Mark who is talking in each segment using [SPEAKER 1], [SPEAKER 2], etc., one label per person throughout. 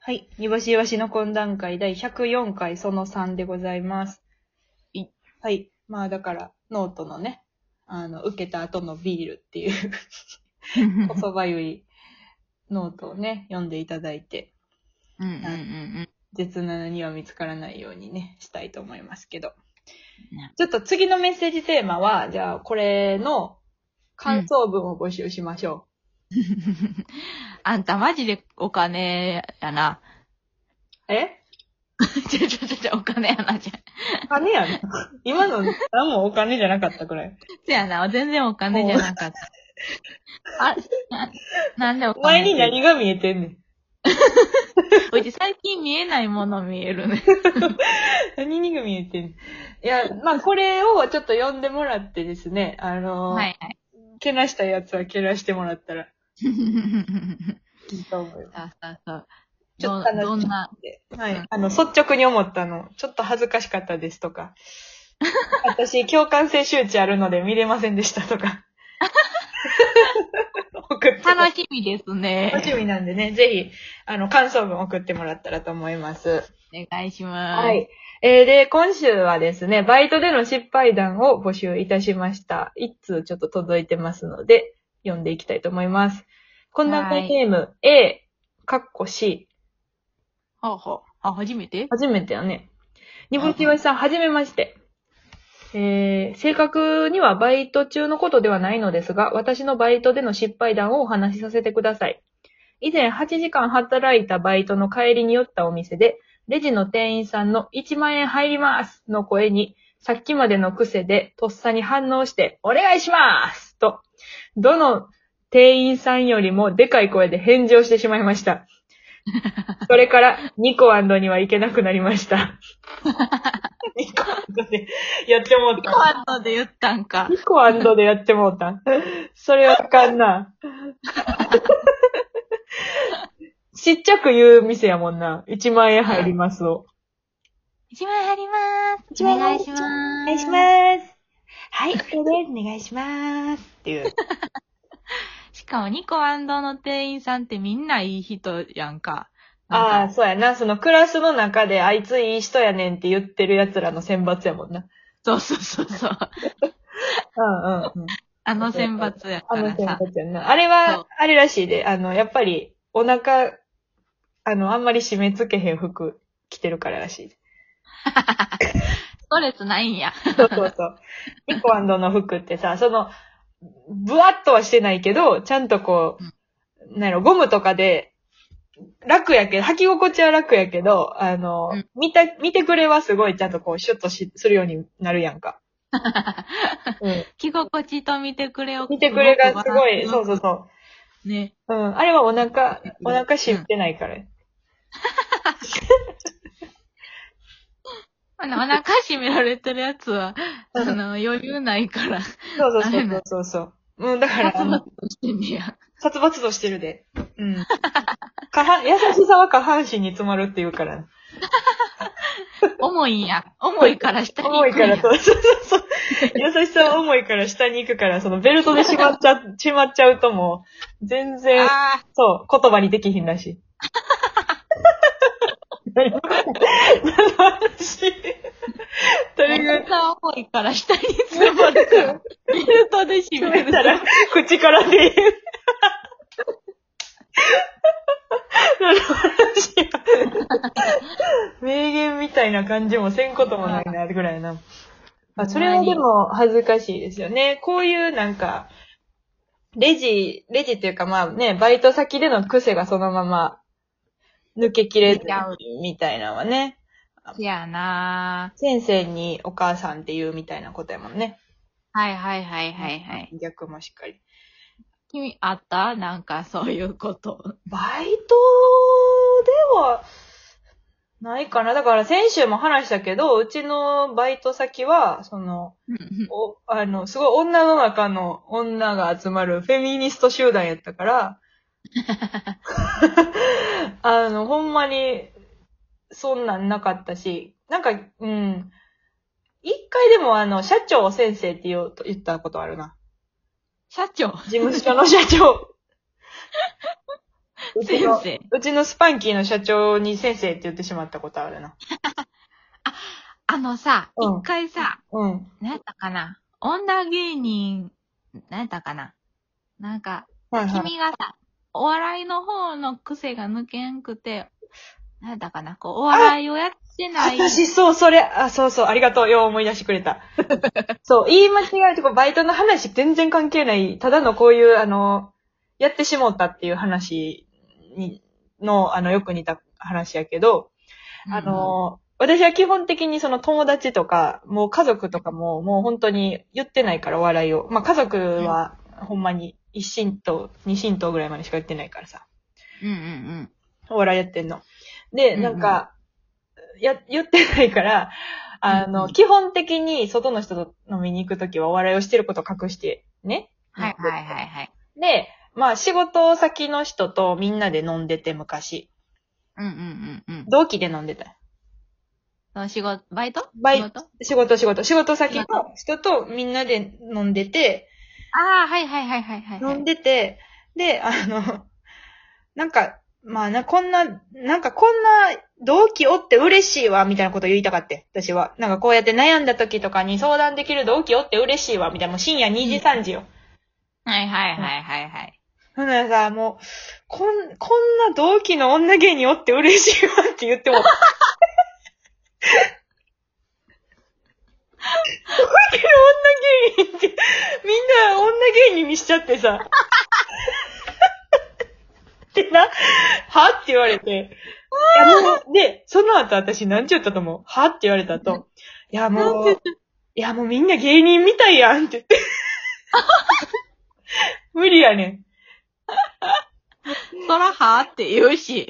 [SPEAKER 1] はい。煮干しイワシの懇談会第104回その3でございます。
[SPEAKER 2] い
[SPEAKER 1] はい。まあだから、ノートのね、あの、受けた後のビールっていう、
[SPEAKER 2] うん
[SPEAKER 1] 細早いノートをね、読んでいただいて、
[SPEAKER 2] うんうん
[SPEAKER 1] 絶妙には見つからないようにね、したいと思いますけど
[SPEAKER 2] ね。
[SPEAKER 1] ちょっと次のメッセージテーマは、じゃあこれの感想文を募集しましょ
[SPEAKER 2] うん。あんたマジでお金やな。
[SPEAKER 1] う。え
[SPEAKER 2] ちょちょちょちょ、お金やな、じゃ。
[SPEAKER 1] お金やん。今の何もお金じゃなかったくらい。
[SPEAKER 2] そやな、全然お金じゃなかった。あ、な、なん でお
[SPEAKER 1] お
[SPEAKER 2] 金
[SPEAKER 1] 前に何が見えてんねん。
[SPEAKER 2] うち最近見えないもの見えるね。
[SPEAKER 1] 何にが見えてんいや、まあ、これをちょっと読んでもらってですね、あのー
[SPEAKER 2] はいはい。
[SPEAKER 1] けなしたやつはけなしてもらったらいいと思うよ。
[SPEAKER 2] そうそうそう。
[SPEAKER 1] ちょっと
[SPEAKER 2] ど
[SPEAKER 1] 話
[SPEAKER 2] どんな、
[SPEAKER 1] ではい。あの、率直に思ったの、ちょっと恥ずかしかったですとか、私、共感性周知あるので見れませんでしたと か、送って
[SPEAKER 2] 楽しみです
[SPEAKER 1] 楽
[SPEAKER 2] ね。
[SPEAKER 1] しみなんでね、ぜひ、あの、感想文送ってもらったらと思います。
[SPEAKER 2] お願いします。
[SPEAKER 1] はい。。えーで、今週はですね、バイトでの失敗談を募集いたしました。一通ちょっと届いてますので、読んでいきたいと思います。こんな
[SPEAKER 2] は
[SPEAKER 1] 会
[SPEAKER 2] い
[SPEAKER 1] ゲーム、A、カッコ C。
[SPEAKER 2] ほうほう。あ、初めて
[SPEAKER 1] 初めてやね。にぼきわしさん、はじめまして。えー、正確にはバイト中のことではないのですが、私のバイトでの失敗談をお話しさせてください。以前8時間働いたバイトの帰りに寄ったお店で、レジの店員さんの1万円入りますの声に、さっきまでの癖でとっさに反応して、お願いしますと、どの店員さんよりもでかい声で返事をしてしまいま した。それから、ニコには行けなくなりま した。ニコでやってもう
[SPEAKER 2] コ
[SPEAKER 1] た。
[SPEAKER 2] アンドで言ったんか。
[SPEAKER 1] ニコでやってもうた。それはあかん な。ちっちゃく言う店やもんな。1万円入りますを。
[SPEAKER 2] 一枚入ります。
[SPEAKER 1] 一
[SPEAKER 2] お
[SPEAKER 1] 枚
[SPEAKER 2] 願
[SPEAKER 1] 入
[SPEAKER 2] い
[SPEAKER 1] り
[SPEAKER 2] し
[SPEAKER 1] ます
[SPEAKER 2] ま
[SPEAKER 1] お
[SPEAKER 2] す。
[SPEAKER 1] 願いします。はい、これでお願いします。っていう。
[SPEAKER 2] す。しかも、ニコの店員さんってみんないい人やんか。
[SPEAKER 1] あ
[SPEAKER 2] なん
[SPEAKER 1] あ、
[SPEAKER 2] か
[SPEAKER 1] そうやな。そのクラスの中であいついい人やねんって言ってる奴らの選抜やもんな。
[SPEAKER 2] そうそうそうそう。
[SPEAKER 1] うんうんうん。
[SPEAKER 2] あの選抜やか
[SPEAKER 1] あの
[SPEAKER 2] ら
[SPEAKER 1] 選
[SPEAKER 2] さ。
[SPEAKER 1] 抜やんな。あれ
[SPEAKER 2] そ
[SPEAKER 1] は
[SPEAKER 2] う、
[SPEAKER 1] あれらしいで、あの、やっぱり、お腹、あの、あんまり締め付けへん服着てるかららしい。
[SPEAKER 2] ストレスないんや。
[SPEAKER 1] そうそうそう。ニコの服ってさ、その、ぶわっとはしてないけど、ちゃんとこう、なんやろ、ゴムとかで、楽やけど、履き心地は楽やけど、あの、
[SPEAKER 2] うん
[SPEAKER 1] 見た、見てくれはすごいちゃんとこう、シュッとし、するようになるやん か。うん。
[SPEAKER 2] 着心地と見てくれを。。
[SPEAKER 1] 見てくれがすごい、そうそううそう。
[SPEAKER 2] ね。
[SPEAKER 1] うん。あれはお腹、お腹知ってないから。
[SPEAKER 2] あのお腹締められてるやつは、あの、余裕ないから、
[SPEAKER 1] そうそうそうそうそうそう。うん、だから、
[SPEAKER 2] 殺伐としてんねや。
[SPEAKER 1] 殺伐としてるで。うん。下半、優しさは下半身に詰まるって言うから。
[SPEAKER 2] 重いんや。重いから下に行
[SPEAKER 1] 重
[SPEAKER 2] く
[SPEAKER 1] いから、
[SPEAKER 2] んや
[SPEAKER 1] そうそうそうそう。優しさは重いから下に行くから、そのベルトでしまっちゃ、しまっちゃうともう、全然、
[SPEAKER 2] ああ、
[SPEAKER 1] そう、言葉にできひんらしい。 何の話 と
[SPEAKER 2] お
[SPEAKER 1] いう
[SPEAKER 2] 腹重いから下に詰ま るから、ベルトで締め
[SPEAKER 1] め
[SPEAKER 2] る
[SPEAKER 1] た。ら、口から出る。 何の話や名言みたいな感じもせんこともないな、ぐらいな。あ、それはでも恥ずかしいですよね。こういうなんか、レジ、レジっていうかまあね、バイト先での癖がそのまま抜けきれず
[SPEAKER 2] 出ちゃう
[SPEAKER 1] みたいなのはね、
[SPEAKER 2] せやな
[SPEAKER 1] 先生にお母さんって言うみたいなことやもんね。
[SPEAKER 2] ぁ。はいはいはいはいはい。
[SPEAKER 1] 逆もしっかり。
[SPEAKER 2] 君、あったなんかそういうこと。
[SPEAKER 1] バイトでは、ないかな。だから先週も話したけど、うちのバイト先は、その、お、あの、すごい女の中の女が集まるフェミニスト集団やったから、あの、ほんまに、そんなんなかったし、なんか、うん。一回でもあの、社長を先生って言おうと言ったことあるな。
[SPEAKER 2] 社長
[SPEAKER 1] 事務所の社長。うち
[SPEAKER 2] 先
[SPEAKER 1] の、
[SPEAKER 2] 生。
[SPEAKER 1] うちのスパンキーの社長に先生って言ってしまったことあるな。
[SPEAKER 2] あのさ、一、
[SPEAKER 1] うん
[SPEAKER 2] 回さ、
[SPEAKER 1] うん。
[SPEAKER 2] 何やったかな女芸人、何やったかななんか、
[SPEAKER 1] はいはい。
[SPEAKER 2] 君がさ、お笑いの方の癖が抜けんくて、何やったかなこう、お笑いをやってない。
[SPEAKER 1] 私、そう、それ、あ、そうそう、ありがとう。よう思い出してくれた。そう、言い間違えるとこ、バイトの話全然関係ない。ただのこういう、あの、やってしもったっていう話に、の、あの、よく似た話やけど、あの、私は基本的にその友達とか、もう家族とかも、もう本当に言ってないから、お笑いを。まあ家族は、ほんまに一神と二神とぐらいまでしか言ってないからさ、
[SPEAKER 2] うん、うんうん
[SPEAKER 1] お笑いやってんの。で、
[SPEAKER 2] うんうん
[SPEAKER 1] なんか、や、言ってないから、あ
[SPEAKER 2] うん
[SPEAKER 1] の、
[SPEAKER 2] うん
[SPEAKER 1] 基本的に外の人と飲みに行くときはお笑いをしてることを隠して、ね。
[SPEAKER 2] うん。はいはいはいはい。
[SPEAKER 1] で、まあ仕事先の人とみんなで飲んでて昔、
[SPEAKER 2] うんうんうんうん。
[SPEAKER 1] 同期で飲んでた。
[SPEAKER 2] その仕事、バイト
[SPEAKER 1] バイ
[SPEAKER 2] 仕事あ
[SPEAKER 1] 仕事仕事。仕事先の人とみんなで飲んでて、
[SPEAKER 2] あ、はいはいはいはいはい。
[SPEAKER 1] 飲んでて、で、あの、 なんか、まあな、こんな、なんかこんな同期おって嬉しいわ、みたいなこと言いたかって、私は。なんかこうやって悩んだ時とかに相談できる同期おって嬉しいわ、みたいな。もう深夜2時3時よ。
[SPEAKER 2] はいはいはいはいはい。
[SPEAKER 1] ほんならさ、もう、こん、こんな同期の女芸人おって嬉しいわって言っても。どういう女芸人って、みんな女芸人にしちゃってさ。ってな、はって言われて。いやもうで、その後私何て言ったと思うはって言われた後。いやもう、いやもうみんな芸人みたいやんって言って。無理やねん。
[SPEAKER 2] そらはーって言うし。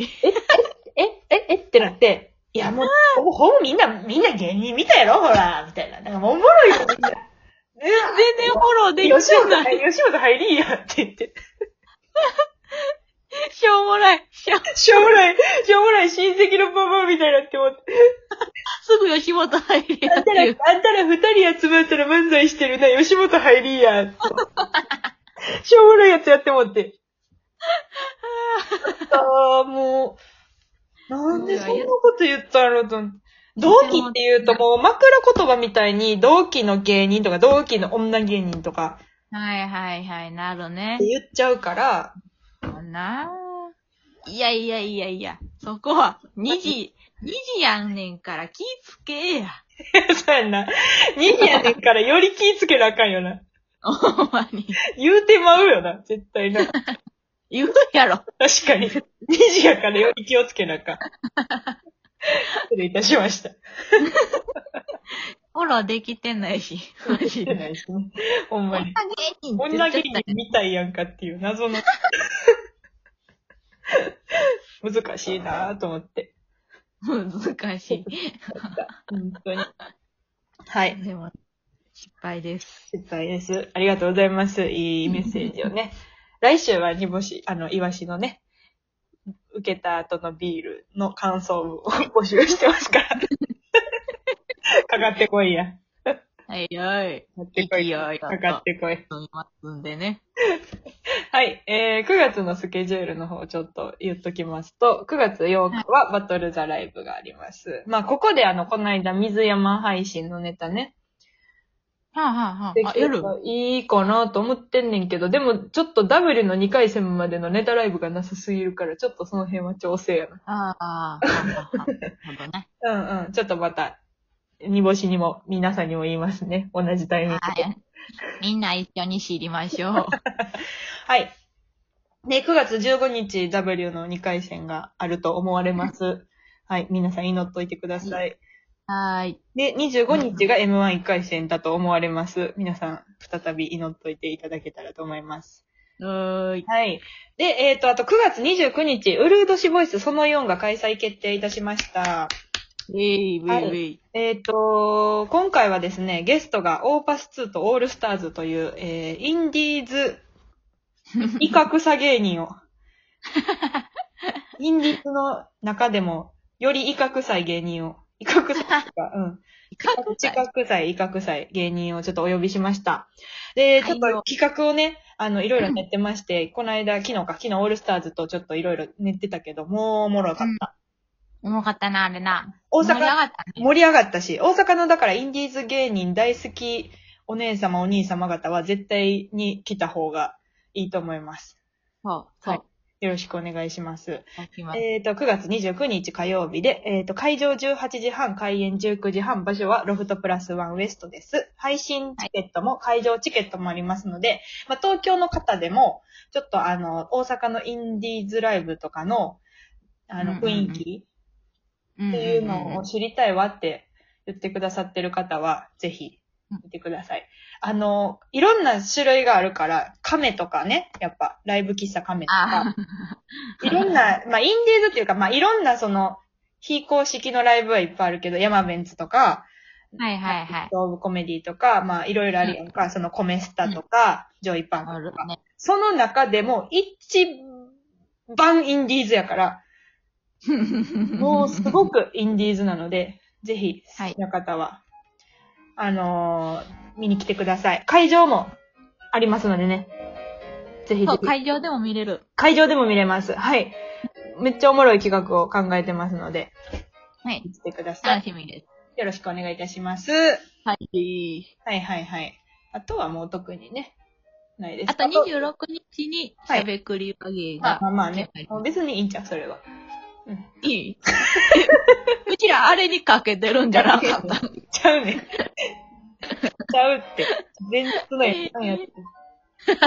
[SPEAKER 1] え、え、えってなって、いやもう、ほぼほぼみんな、みんな芸人見たやろほら、みたいな。なんかもうおもろいよ、みんな。
[SPEAKER 2] 全然フォローでき
[SPEAKER 1] 吉
[SPEAKER 2] て
[SPEAKER 1] 本
[SPEAKER 2] ない。
[SPEAKER 1] 入り、吉本入りや、って言って。
[SPEAKER 2] しょうもない。しょ
[SPEAKER 1] しょうもない、しょうもない親戚のパパみたいになって思って。
[SPEAKER 2] すぐ吉本入りや
[SPEAKER 1] あ
[SPEAKER 2] っ
[SPEAKER 1] ん
[SPEAKER 2] て
[SPEAKER 1] たら、
[SPEAKER 2] いう。
[SPEAKER 1] あんたら二人集まったら漫才してるな、吉本入りや。しょうもないやつやって思って。ああ、もう、なんでそんなこと言ったのと思って。同期って言うともう枕言葉みたいに同期の芸人とか同期の女芸人とか
[SPEAKER 2] はいはいはい、なるね
[SPEAKER 1] って。言っちゃうから、
[SPEAKER 2] そうなぁいやいやいやいや、そこは、2時、2時やんねんから気ぃつけえや。
[SPEAKER 1] そうやんな。2時やねんからより気ぃつけなあかんよな。
[SPEAKER 2] ほんまに。
[SPEAKER 1] 言うてまうよな、絶対な。確
[SPEAKER 2] 言うやろ。
[SPEAKER 1] かに。2時やからより気をつけなあかん。失礼いたしました。
[SPEAKER 2] フォローできてないし。マジで。
[SPEAKER 1] ないしね。ほんま
[SPEAKER 2] 女芸
[SPEAKER 1] に。
[SPEAKER 2] 人って言
[SPEAKER 1] 女
[SPEAKER 2] っちゃ
[SPEAKER 1] 芸
[SPEAKER 2] った
[SPEAKER 1] 人みたいやんかっていう謎の。難しいなぁと思って。
[SPEAKER 2] 難し
[SPEAKER 1] 本当に。はい
[SPEAKER 2] い。。でも、失敗です。
[SPEAKER 1] 失敗です。ありがとうございます。いいメッセージをね。来週は煮干し、あの、イワシのね、受けた後のビールの感想を募集してます から。かかってこいや。
[SPEAKER 2] はいよい。
[SPEAKER 1] かかってこい。
[SPEAKER 2] よいよい
[SPEAKER 1] かかってこい。
[SPEAKER 2] 飲みますんでね。
[SPEAKER 1] はい。えー、9月のスケジュールの方をちょっと言っときますと、9月8日はバトルザライブがあります。まあ、ここであの、この間水山配信のネタね、
[SPEAKER 2] はあはあは
[SPEAKER 1] で
[SPEAKER 2] あ。あ
[SPEAKER 1] きれ
[SPEAKER 2] 夜
[SPEAKER 1] ばいいかなと思ってんねんけど、でもちょっと W の2回戦までのネタライブがなさすぎるから、ちょっとその辺は調整や
[SPEAKER 2] ああ、なる ほどね。
[SPEAKER 1] な。うんうん。ちょっとまた、煮干しにも、皆さんにも言いますね。同じタイミング
[SPEAKER 2] は
[SPEAKER 1] で。
[SPEAKER 2] い。みんな一緒に知りま しょう。
[SPEAKER 1] はい。で、9月15日 W の2回戦があると思われます。はい。皆さん祈っといてください。
[SPEAKER 2] はーい。
[SPEAKER 1] で、25日が M11 回戦だと思われます。皆さん、再び祈っといていただけたらと思います。
[SPEAKER 2] うーい。
[SPEAKER 1] はい。で、えっ、と、あと9月29日、ウルードシボイスその4が開催決定いたしました。
[SPEAKER 2] ウェイウェイウェイ。
[SPEAKER 1] えっ、と、今回はですね、ゲストがオーパス2とオールスターズという、えー、インディーズ、威嚇さ芸人を。インディーズの中でも、より威嚇さい芸人を威嚇罪か。うん。
[SPEAKER 2] 威嚇
[SPEAKER 1] 知
[SPEAKER 2] 罪。
[SPEAKER 1] 覚罪、威嚇罪、芸人をちょっとお呼びしました。で、ちょっと企画をね、あの、いろいろ練ってまして、この間、昨日か、昨日オールスターズとちょっといろいろ練ってたけど、もうおもろかった。
[SPEAKER 2] おもろかったな、あれな。
[SPEAKER 1] 大
[SPEAKER 2] 盛り上
[SPEAKER 1] 阪、
[SPEAKER 2] がったね。
[SPEAKER 1] 盛り上がったし、大阪のだからインディーズ芸人大好きお姉様お兄様方は絶対に来た方がいいと思います。
[SPEAKER 2] そう、
[SPEAKER 1] はい
[SPEAKER 2] そう。
[SPEAKER 1] よろしくお願いします。
[SPEAKER 2] 行きます
[SPEAKER 1] えっ、と、9月29日火曜日で、えっ、と、会場18時半、開演19時半、場所はロフトプラスワンウエストです。配信チケットも、会場チケットもありますので、まあ、東京の方でも、ちょっとあの、大阪のインディーズライブとかの、あの、
[SPEAKER 2] うんうんうん
[SPEAKER 1] 雰囲気
[SPEAKER 2] ん
[SPEAKER 1] っていうのを
[SPEAKER 2] ん
[SPEAKER 1] 知りたいわって言ってくださってる方は、ぜひ、見てください。あの、いろんな種類があるから、亀とかね、やっぱ、ライブ喫茶亀とか
[SPEAKER 2] あ、
[SPEAKER 1] いろんな、まあ、インディーズっていうか、まあ、いろんなその、非公式のライブはいっぱいあるけど、ヤマベンツとか、
[SPEAKER 2] はいはいは
[SPEAKER 1] ラ
[SPEAKER 2] い
[SPEAKER 1] ピットオブコメディとか、まあ、いろいろあるやんか、そのコメスタとか、ジョイパン
[SPEAKER 2] ある
[SPEAKER 1] とか。
[SPEAKER 2] ね。
[SPEAKER 1] その中でも、一番インディーズやから、もうすごくインディーズなので、ぜひ、
[SPEAKER 2] はい
[SPEAKER 1] 好きな方は、あのー見に来てください。会場もありますのでね。ぜひ
[SPEAKER 2] そ
[SPEAKER 1] ぜ
[SPEAKER 2] う、
[SPEAKER 1] ひ。
[SPEAKER 2] 会場でも見れる。
[SPEAKER 1] 会場でも見れます。はい。めっちゃおもろい企画を考えてますので、
[SPEAKER 2] はい。
[SPEAKER 1] 来てください
[SPEAKER 2] 楽。しみです。
[SPEAKER 1] よろしくお願いいたします。は
[SPEAKER 2] はい。
[SPEAKER 1] いはいはい。あとはもう特にね、ないです。
[SPEAKER 2] あと26日に、し
[SPEAKER 1] はい
[SPEAKER 2] ゃべくり和芸
[SPEAKER 1] まあ
[SPEAKER 2] が
[SPEAKER 1] まあまあね
[SPEAKER 2] 決まり。ま
[SPEAKER 1] もう別にいいんちゃう、それは。
[SPEAKER 2] す。い いうちらあれにかけてるんじゃなかった。
[SPEAKER 1] ちゃうね。ちゃうって。前日のやつ。やつ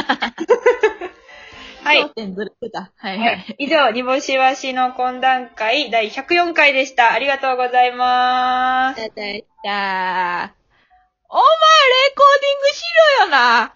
[SPEAKER 1] はい。
[SPEAKER 2] 焦点ずれてた。はいは。
[SPEAKER 1] はいい、以上、煮干しわしの懇談会第104回でした。ありがとうございます。
[SPEAKER 2] ただいた。お前レコーディングしろよな